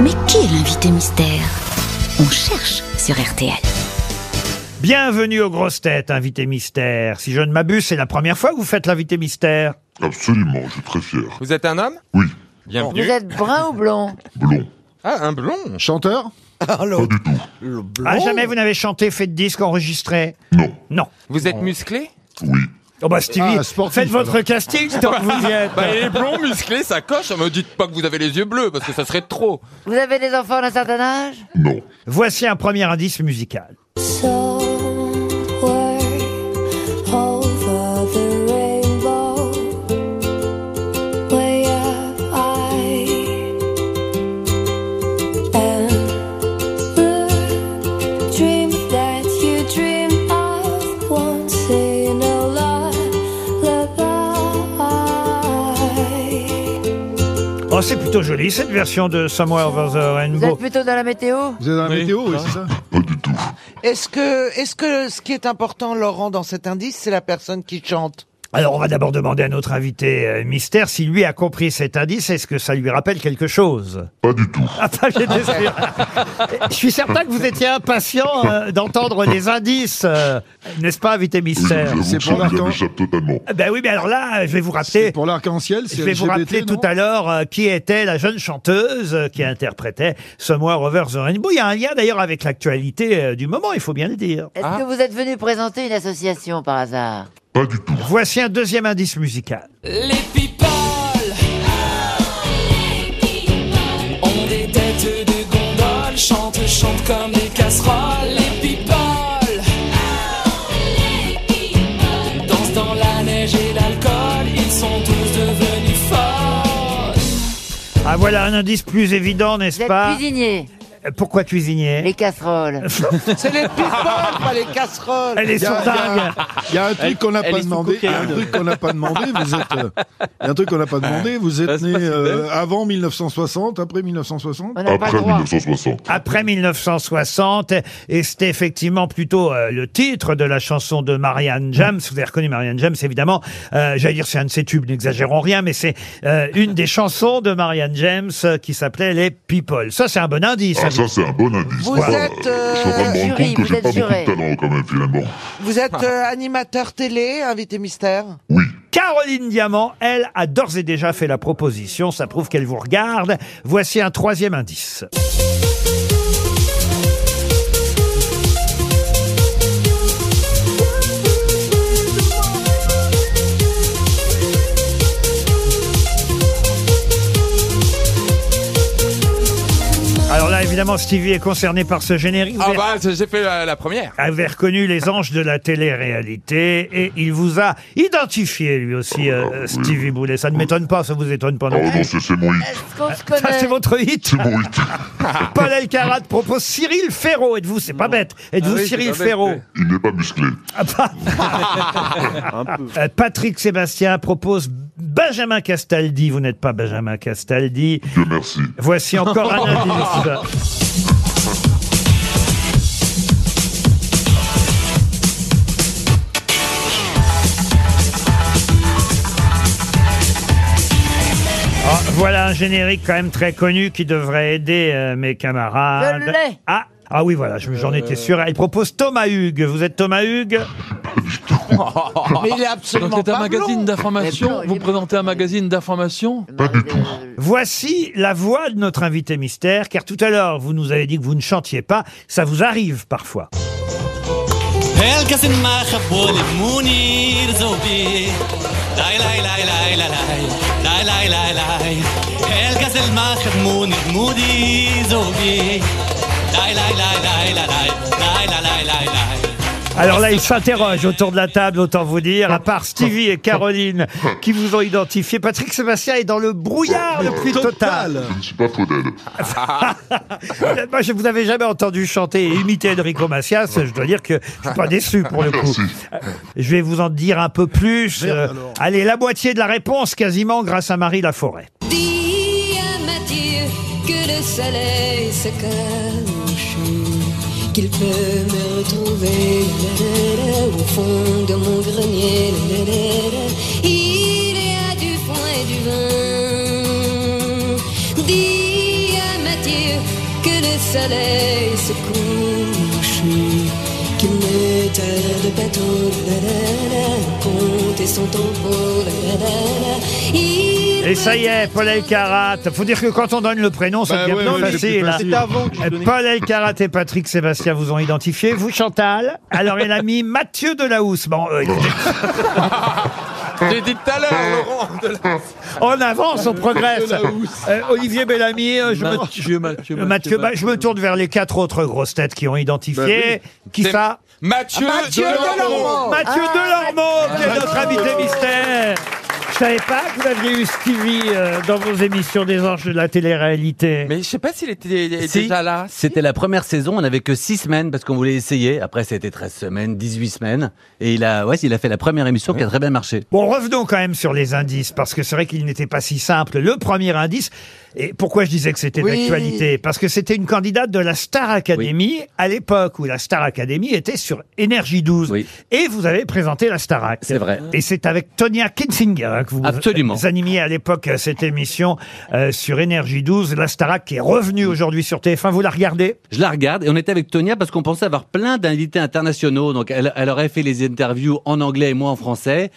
Mais qui est l'invité mystère On cherche sur RTL. Bienvenue aux grosses têtes, invité mystère. Si je ne m'abuse, c'est la première fois que vous faites l'invité mystère. Absolument, je suis très fier. Vous êtes un homme Oui, Bienvenue. Vous êtes brun ou blond blond. Ah, un blond Chanteur Pas du tout. Ah, jamais vous n'avez chanté, fait de disque, enregistré Non. Non. Vous êtes musclé Oui. Oh bah Stevie, Ah, sportif, faites votre alors. casting tant que vous y êtes. Bah, les blonds musclés, ça coche. Me dites pas que vous avez les yeux bleus, parce que ça serait trop. Vous avez des enfants d'un certain âge Non. Voici un premier indice musical. Oh, c'est plutôt joli cette version de Somewhere Over the Vous êtes Rainbow. plutôt dans la météo Vous êtes dans la Oui. météo, oui, c'est ça Pas du tout. Est-ce que, est-ce que ce qui est important, Laurent, dans cet indice, c'est la personne qui chante Alors, on va d'abord demander à notre invité euh, mystère si lui a compris cet indice. Est-ce que ça lui rappelle quelque chose Pas du tout. Ah, ça, j'étais sûr. Je suis certain que vous étiez impatient euh, d'entendre des indices, euh, n'est-ce pas, invité Oui, je mystère vous c'est avoue que pour ça vous l'instant. échappe totalement. Eh Ben oui, mais alors là, je vais vous C'est rappeler. pour l'arc-en-ciel, c'est Je vais vous LGBT, rappeler non tout à l'heure euh, qui était la jeune chanteuse euh, qui interprétait Somewhere Over the Rainbow. Il y a un lien d'ailleurs avec l'actualité euh, du moment, il faut bien le dire. Est-ce Ah. que vous êtes venu présenter une association par hasard Pas du tout. Voici un deuxième indice musical. Les people ont des têtes de gondole, chantent, chantent comme des casseroles. Les people dansent dans la neige et l'alcool, ils sont tous devenus forts. Ah voilà un indice plus évident, Vous n'est-ce êtes pas cuisinier Euh, Pourquoi cuisinier Les casseroles. C'est les people, pas les casseroles. Elle est Il y a- il y sourdingue. a- Il y a un truc qu'on n'a elle pas est sous demandé. Il y a un cocaïne. truc qu'on n'a pas demandé. Vous êtes. euh, il y a un truc qu'on n'a pas demandé. Vous êtes né euh, avant 1960, après 1960. On n'a pas le Après droit. 1960. Après 1960, et c'était effectivement plutôt euh, le titre de la chanson de Marianne James. Vous avez reconnu Marianne James, évidemment. Euh, J'allais dire c'est un de ses tubes, n'exagérons rien, mais c'est euh, une des chansons de Marianne James euh, qui s'appelait Les People. Ça, c'est un bon indice. Ah, hein. ça, c'est un bon indice. Vous Voilà. êtes, Je suis en train de me rendre juré, compte que euh, vous j'ai êtes pas beaucoup juré. de talent, quand même, finalement. Ah, Vous êtes euh, animateur télé, invité mystère Oui. Caroline Diamant, elle, a d'ores et déjà fait la proposition. Ça prouve qu'elle vous regarde. Voici un troisième indice. Alors là, évidemment, Stevie est concerné par ce générique. Vous Ah avez- bah, j'ai fait la, la première. avait reconnu les anges de la télé-réalité et il vous a identifié lui aussi, euh, Stevie Boulet. Ça ne m'étonne pas, ça vous étonne pas Ah non plus. non, c'est c'est mon hit. Est-ce qu'on se Ça, c'est connaît votre hit. C'est mon hit. Paul Elkarat propose Cyril Ferraud. Êtes-vous, c'est pas bête. Êtes-vous Ah oui, Cyril c'est pas bête, Ferraud oui. Il n'est pas musclé. Euh, Patrick Sébastien propose Benjamin Castaldi. Vous n'êtes pas Benjamin Castaldi. Dieu merci. Voici encore un indice. Ah, voilà un générique quand même très connu qui devrait aider euh, mes camarades. Je l'ai. ah, ah oui, voilà, je- j'en étais sûr. Elle propose Thomas Hugues. Vous êtes Thomas Hugues Mais il est Donc absolument c'est un pas magazine blond. Mais non, d'information. il Vous est présentez un magazine d'information. Pas du tout. Voici la voix de notre invité mystère, car tout à l'heure, vous nous avez dit que vous ne chantiez pas. Ça vous arrive parfois. الكاسن ما خبوا لي منير زوبي لاي لاي لاي لاي لاي لاي لاي لاي لاي الكاسن ما خبوني مودي زوبي لاي لاي لاي لاي لاي لاي لاي لاي لاي لاي Alors là, ils s'interrogent autour de la table, autant vous dire, à part Stevie et Caroline qui vous ont identifié. Patrick Sébastien est dans le brouillard le plus total. Je ne suis pas Faudel. Moi, je vous avais jamais entendu chanter et imiter Enrico Macias. Je dois dire que je suis pas déçu pour le coup. Euh, Merci. Je vais vous en dire un peu plus. Merde, Euh, alors. allez, la moitié de la réponse quasiment grâce à Marie Laforêt. Dis à Mathieu que le soleil se cache, qu'il peut me retrouver la, la, la, au fond de mon grenier. la, la, la, la. Il y a du foin et du vin. Dis à Mathieu Dieu que le soleil se couche, qu'il ne tarde pas trop, la, la, la, compter son temps pour la, la, la, la. Il Et ça y est, Paul Elkarat. Faut dire que quand on donne le prénom, ça Bah devient ouais, plus ouais, facile. c'est plus hein. facile. C'était avant que je Euh, donnais. Paul Elkarat et Patrick Sébastien vous ont identifié. Vous, Chantal Alors, il a mis Mathieu Delahousse. Bon, euh, écoutez, J'ai dit tout à l'heure, Laurent. on avance, on progresse. Delahousse. Euh, Olivier Bellamy, euh, je me... Mathieu, Mathieu, Mathieu, Ba- je me tourne vers les quatre autres grosses têtes qui ont identifié. Qui C'est- ça Mathieu, Mathieu Delormeau. Delormeau. Mathieu Delormeau, qui est notre invité mystère. Je savais pas que vous aviez eu Stevie euh, dans vos émissions des anges de la télé-réalité. Mais je sais pas s'il était Si. déjà là. C'était la première saison, on n'avait que 6 semaines parce qu'on voulait essayer. Après, c'était 13 semaines, 18 semaines. Et il a, ouais, il a fait la première émission qui a très bien marché. Bon, revenons quand même sur les indices, parce que c'est vrai qu'il n'était pas si simple. Le premier indice, et pourquoi je disais que c'était Oui. d'actualité Parce que c'était une candidate de la Star Academy, à l'époque où la Star Academy était sur Énergie 12. Oui. Et vous avez présenté la Starac. C'est vrai. Et c'est avec Tonia Kinsinger hein, que vous, Absolument. vous animiez à l'époque euh, cette émission euh, sur Énergie 12, la Starac qui est revenue aujourd'hui sur TF1. Vous la regardez Je la regarde et on était avec Tonia parce qu'on pensait avoir plein d'invités internationaux. Donc, elle, elle aurait fait les interviews en anglais et moi en français.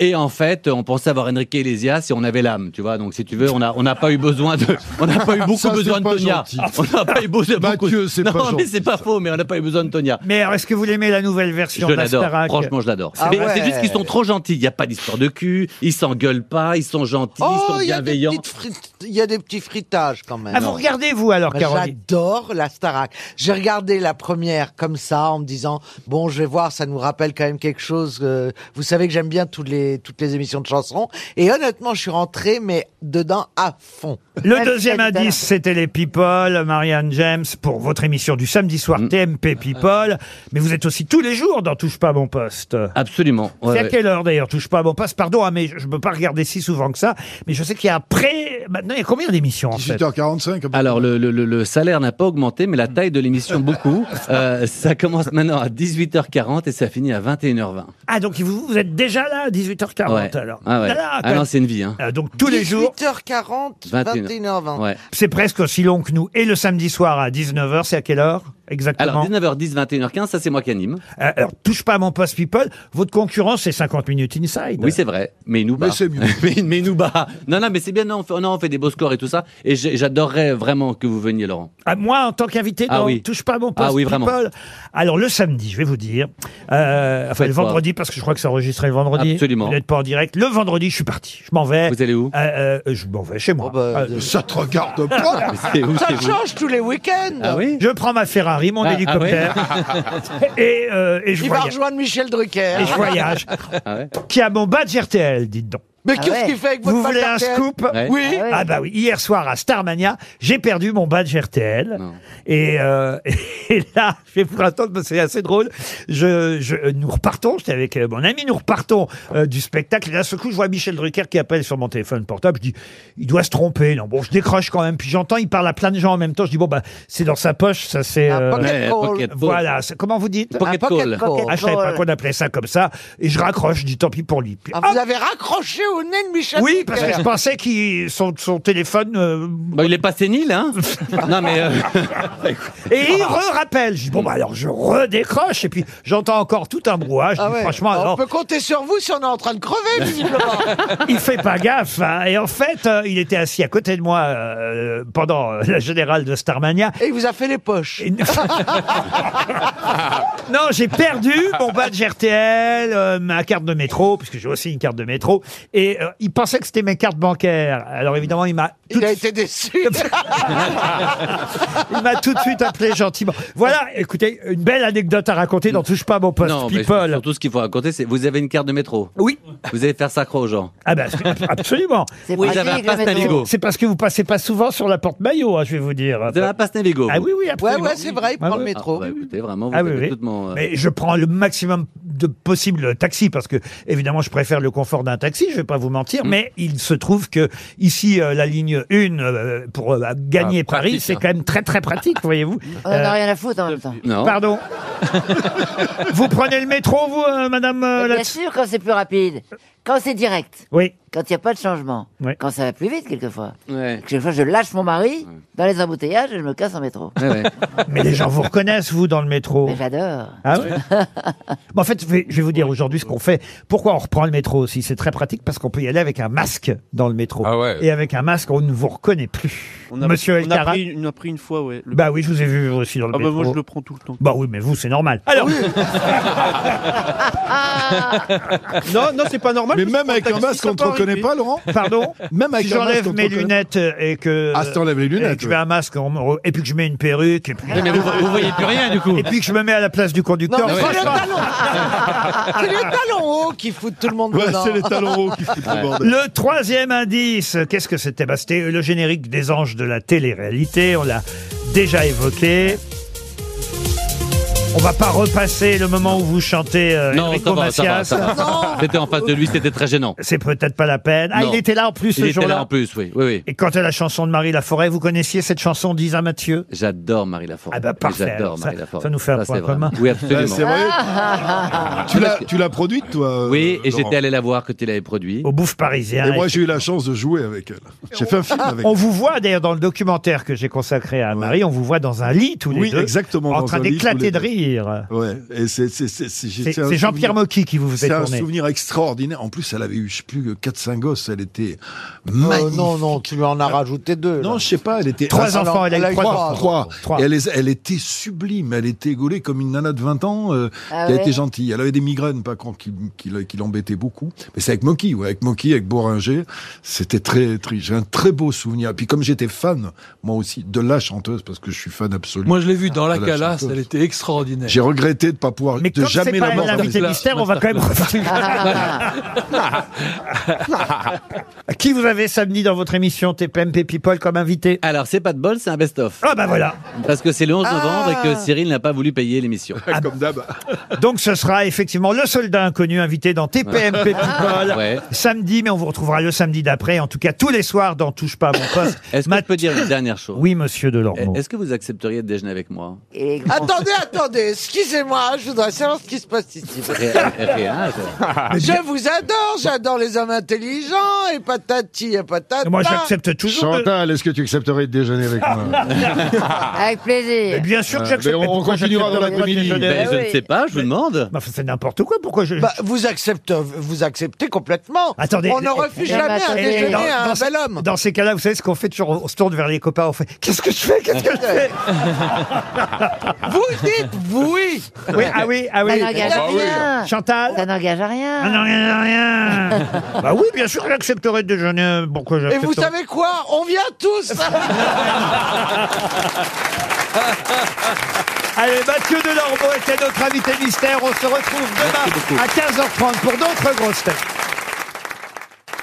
Et en fait, on pensait avoir Enrique Iglesias et on avait l'âme, tu vois. Donc, si tu veux, on n'a on n'a pas eu besoin de, on n'a pas eu beaucoup Ça, c'est besoin de pas Tonia. gentil. On n'a pas eu besoin beaucoup. Mathieu, c'est non, pas mais gentil, c'est pas faux, mais on n'a pas eu besoin de Tonia. Mais alors, est-ce que vous l'aimez la nouvelle version Je de la l'adore. Starac Franchement, je l'adore. Ah Mais ouais. C'est juste qu'ils sont trop gentils. Il n'y a pas d'histoire de cul. Ils s'engueulent pas. Ils sont gentils. ils Oh, sont il y, a des bienveillants. petites frites- il y a des petits fritages quand même. Ah, vous regardez, vous, alors, Bah, Caroline J'adore la Starac. J'ai regardé la première comme ça en me disant bon, je vais voir, ça nous rappelle quand même quelque chose. euh, vous savez que j'aime bien toutes les toutes les émissions de chansons et honnêtement, je suis rentré mais dedans à fond. Le Ouais, deuxième tout à l'heure. indice, c'était les People, Marianne James, pour votre émission du samedi soir, Mm. TMP People. Mais vous êtes aussi tous les jours dans Touche pas à mon poste. Absolument. Ouais, c'est à ouais. quelle heure d'ailleurs Touche pas à mon poste. Pardon, hein, mais je ne peux pas regarder si souvent que ça. Mais je sais qu'il y a après. Maintenant, il y a combien d'émissions en fait 18h45. à peu Alors, le, le- le- le salaire n'a pas augmenté, mais la taille de l'émission beaucoup. Euh, ça commence maintenant à 18h40 et ça finit à 21h20. Ah, donc vous, vous êtes déjà là à 18h40 Ouais. alors. Ah ouais. Là, là, quand Ah non, même. c'est une vie. Hein. Ah, donc tous les jours, 18h40, 21h. 21h20. Ouais. c'est presque aussi long que nous. Et le samedi soir à 19h, c'est à quelle heure exactement Alors, 19h10, 21h15, ça c'est moi qui anime. Euh, alors, touche pas à mon poste people. Votre concurrence, c'est 50 minutes Eh inside. ben. Oui, c'est vrai, mais il nous bat. Mais c'est mieux. mais, mais il nous bat. Non, non, mais c'est bien, non, on, fait, non, on fait des beaux scores et tout ça. Et j'ai- j'adorerais vraiment que vous veniez, Laurent. Ah, moi, en tant qu'invité, Ah dans oui. touche pas à mon poste. Ah oui, vraiment. People. Alors le samedi, je vais vous dire, euh, enfin le Faites voir. vendredi parce que je crois que c'est enregistré le vendredi. Absolument. Vous n'êtes pas en direct. Le vendredi, je suis parti. Je m'en Eh. vais. Vous allez où Ah. Euh, euh, Je m'en vais chez moi. Oh, bah, Euh, de- Ça te regarde pas. C'est où, c'est Ça vous change tous les week-ends. Ah oui Je prends ma Ferrari, mon Ah, ah hélicoptère, et, euh, et je Il va voyage. rejoindre Michel Drucker. Et je voyage. Ah ouais Qui a mon badge RTL, dites donc. Mais Ah qu'est-ce ouais. qu'il fait avec votre Vous voulez un patate scoop Ouais. Oui. Ah ouais. Ah bah oui, hier soir à Starmania, j'ai perdu mon badge RTL. Non. Et, euh, et là, je vais vous raconter parce que c'est assez drôle. Je, je, nous repartons, j'étais avec euh, mon ami, nous repartons euh, du spectacle. Et d'un seul coup, je vois Michel Drucker qui appelle sur mon téléphone portable. Je dis, il doit se tromper. Non, bon, je décroche quand même. Puis j'entends, il parle à plein de gens en même temps. Je dis, bon, bah, c'est dans sa poche, ça c'est... Un euh, pocket Ouais, ball. Eh, pocket ball. voilà, c'est- comment vous dites Pocket Un call. pocket Ah, je savais pas qu'on appelait ça comme ça. Et je raccroche, je dis, tant pis pour lui. Puis, Ah, hop, vous avez raccroché au nez de Michel oui, parce que Drucker. je pensais que son, son téléphone... euh, Bah, il est pas sénile, hein Non, mais. euh, Et il Ah. re-rappelle. Je dis, bon, bah alors je redécroche. Et puis j'entends encore tout un brouhaha. Je Ah dis, ouais. bah, franchement, on alors, peut compter sur vous si on est en train de crever, visiblement. il fait pas gaffe. hein. Et en fait, euh, il était assis à côté de moi euh, pendant euh, la générale de Starmania. Et il vous a fait les poches. Et- non, j'ai perdu mon badge RTL, euh, ma carte de métro, puisque j'ai aussi une carte de métro. Et euh, il pensait que c'était mes cartes bancaires. Alors évidemment, il m'a tout, Il a été déçu. il m'a tout de suite appelé gentiment. Voilà, écoutez, une belle anecdote à raconter. N'en touche pas à mon poste, non, mais people. surtout ce qu'il faut raconter, c'est vous avez une carte de métro. Oui. Vous allez faire sacre aux gens. Ah ben, absolument. C'est Oui, pratique, j'avais un le passe métro. Navigo. C'est parce que vous passez pas souvent sur la porte maillot, hein, je vais vous dire. Vous avez un passe Navigo. Ah oui, oui, Ouais, absolument. ouais, c'est vrai, il Ah ouais. prend le Ah, métro. bah, écoutez, vraiment, vous Ah oui, avez oui. tout mon. euh, Mais je prends le maximum de possible taxi parce que évidemment je préfère le confort d'un taxi, je vais pas vous mentir, Mm. mais il se trouve que ici euh, la ligne 1 euh, pour euh, gagner Ah, pratique, Paris, c'est hein. quand même très très pratique, voyez-vous. Ah, On en Euh, a rien à foutre en même temps. Non. pardon. vous prenez le métro vous euh, madame euh, Bien là-dessus sûr, quand c'est plus rapide. Quand c'est direct. Oui. Quand il n'y a pas de changement. Quand ça va plus vite, quelquefois. Ouais. Quelquefois, je lâche mon mari dans les embouteillages et je me casse en métro. Mais les gens vous reconnaissent, vous, dans le métro. J'adore. Ah ouais Bon, en fait, je vais je vais vous dire aujourd'hui ce qu'on fait. Pourquoi on reprend le métro aussi C'est très pratique parce qu'on peut y aller avec un masque dans le métro. Ah Et avec un masque, on ne vous reconnaît plus. On a- Monsieur on a, Elkarat. pris, une- on a pris une fois, ouais. Le- Bah oui, je vous ai vu vous aussi dans le Ah bah métro. moi, je le Ah prends tout le temps. Bah oui, mais vous, c'est normal. Alors, non, non, c'est pas normal. Mais parce que même avec en un taxi, masque, ça on te peut reconnaît arriver. pas, Laurent Pardon Même avec si un masque, j'enlève on te mes reconnaît. lunettes et que Ah, si t'enlèves les lunettes, et que je oui. mets un masque on me re- et puis que je mets une perruque et puis Oui, mais vous- vous voyez plus rien, du coup. Et puis que je me mets à la place du conducteur. Non, mais c'est le franchement, talon C'est le talon haut qui fout tout le monde Ouais, dedans. c'est les talons hauts qui foutent Ouais. Le troisième indice, qu'est-ce que c'était Bah, C'était le générique des anges de la télé-réalité, on l'a déjà évoqué. On va pas repasser le moment où vous chantez euh, Non, Enrico ça va, ça va, Macias. ça va. C'était en face de lui, c'était très gênant. C'est peut-être pas la peine. Ah, Non. il était là en plus Il ce était là jour-là. en plus, oui, oui, oui. Et quant à la chanson de Marie Laforêt, vous connaissiez cette chanson d'Isa Mathieu J'adore Marie Laforêt. Ah bah parfait, J'adore alors ça- Marie Laforêt. ça nous fait un point c'est vrai. commun. Oui, absolument. Ouais, c'est vrai. Tu l'as- Tu l'as produite, toi Oui, Euh, et Laurent. j'étais allé la voir quand il avait produit. Au bouffe parisien. Et moi, j'ai eu la chance de jouer avec elle. J'ai fait un film avec On vous voit d'ailleurs dans le documentaire que j'ai consacré à Marie, on vous voit dans un lit tous les Oui, deux, exactement, en dans train un lit, tous d'éclater les de deux. rire. Ouais, et c'est c'est- c'est- c'est- j'ai- C'est- c'est un c'est Jean-Pierre souvenir- Mocky qui vous faisait C'est un tourner. souvenir extraordinaire. En plus, elle avait eu, je sais plus, 4-5 gosses. Elle était magnifique. Oh, non, non, tu lui en as rajouté deux. Non, je sais pas, elle était... Trois Ah, enfants, elle a eu trois enfants. Trois. Trois. Et Elle, est- elle était sublime. Elle était gaulée comme une nana de 20 ans euh, Ah qui a ouais été gentille. Elle avait des migraines, pas quand, qui, qui, l'- qui l'embêtaient beaucoup. Mais c'est avec Mocky, ouais, avec Mocky, avec Boringer. C'était très, très... J'ai un très beau souvenir. Et puis comme j'étais fan, moi aussi, de la chanteuse, parce que je suis fan absolu. Moi, je l'ai vue dans la de calasse, chanteuse. elle était extraordinaire. J'ai regretté de pas pouvoir, de comme c'est jamais pas l'avoir elle, dans l'invité les- mystère, on va quand même Qui vous avez samedi dans votre émission TPMP People comme invité Alors, c'est pas de bol, c'est un best-of. Ah bah voilà Parce que c'est le 11 novembre et que Cyril n'a pas voulu payer l'émission. Comme d'hab. Donc ce sera effectivement le soldat inconnu invité dans TPMP People Ah, Ouais. samedi, mais on vous retrouvera le samedi d'après, en tout cas tous les soirs dans Touche pas à mon poste. Est-ce que je peux dire une dernière chose Eh, Oui, monsieur Delormeau. Est-ce que vous accepteriez de déjeuner avec moi Attendez, attendez, excusez-moi, je voudrais savoir ce qui se passe ici. Rien, rien, ça. Je vous adore, j'adore les hommes intelligents et patati et patata. Chantal, est-ce que tu accepterais de déjeuner avec moi Avec plaisir. Mais bien sûr que j'accepte. Ah, Mais on- on Pourquoi continuera dans j'accepterais pas de l'après-midi. déjeuner Ben, avec je vous ne sais pas, je vous demande. Bah, c'est n'importe quoi, pourquoi je... Bah, vous acceptez, vous acceptez complètement. Attendez. eh, On ne refuse jamais Eh, un déjeuner à un bel homme. Dans ces cas-là, vous savez ce qu'on fait toujours On se tourne vers les copains, on fait Qu'est-ce que je fais Qu'est-ce que je fais Vous dites oui Oui, ah oui, ah oui. Ça n'engage Bah oui. rien. Chantal Ça n'engage à rien. Ah non, rien, rien. bah oui, bien sûr, j'accepterai de déjeuner. Pourquoi Et j'accepterais vous savez quoi On vient tous Allez, Mathieu Delormeau était notre invité mystère. On se retrouve demain à 15h30 pour d'autres grosses têtes.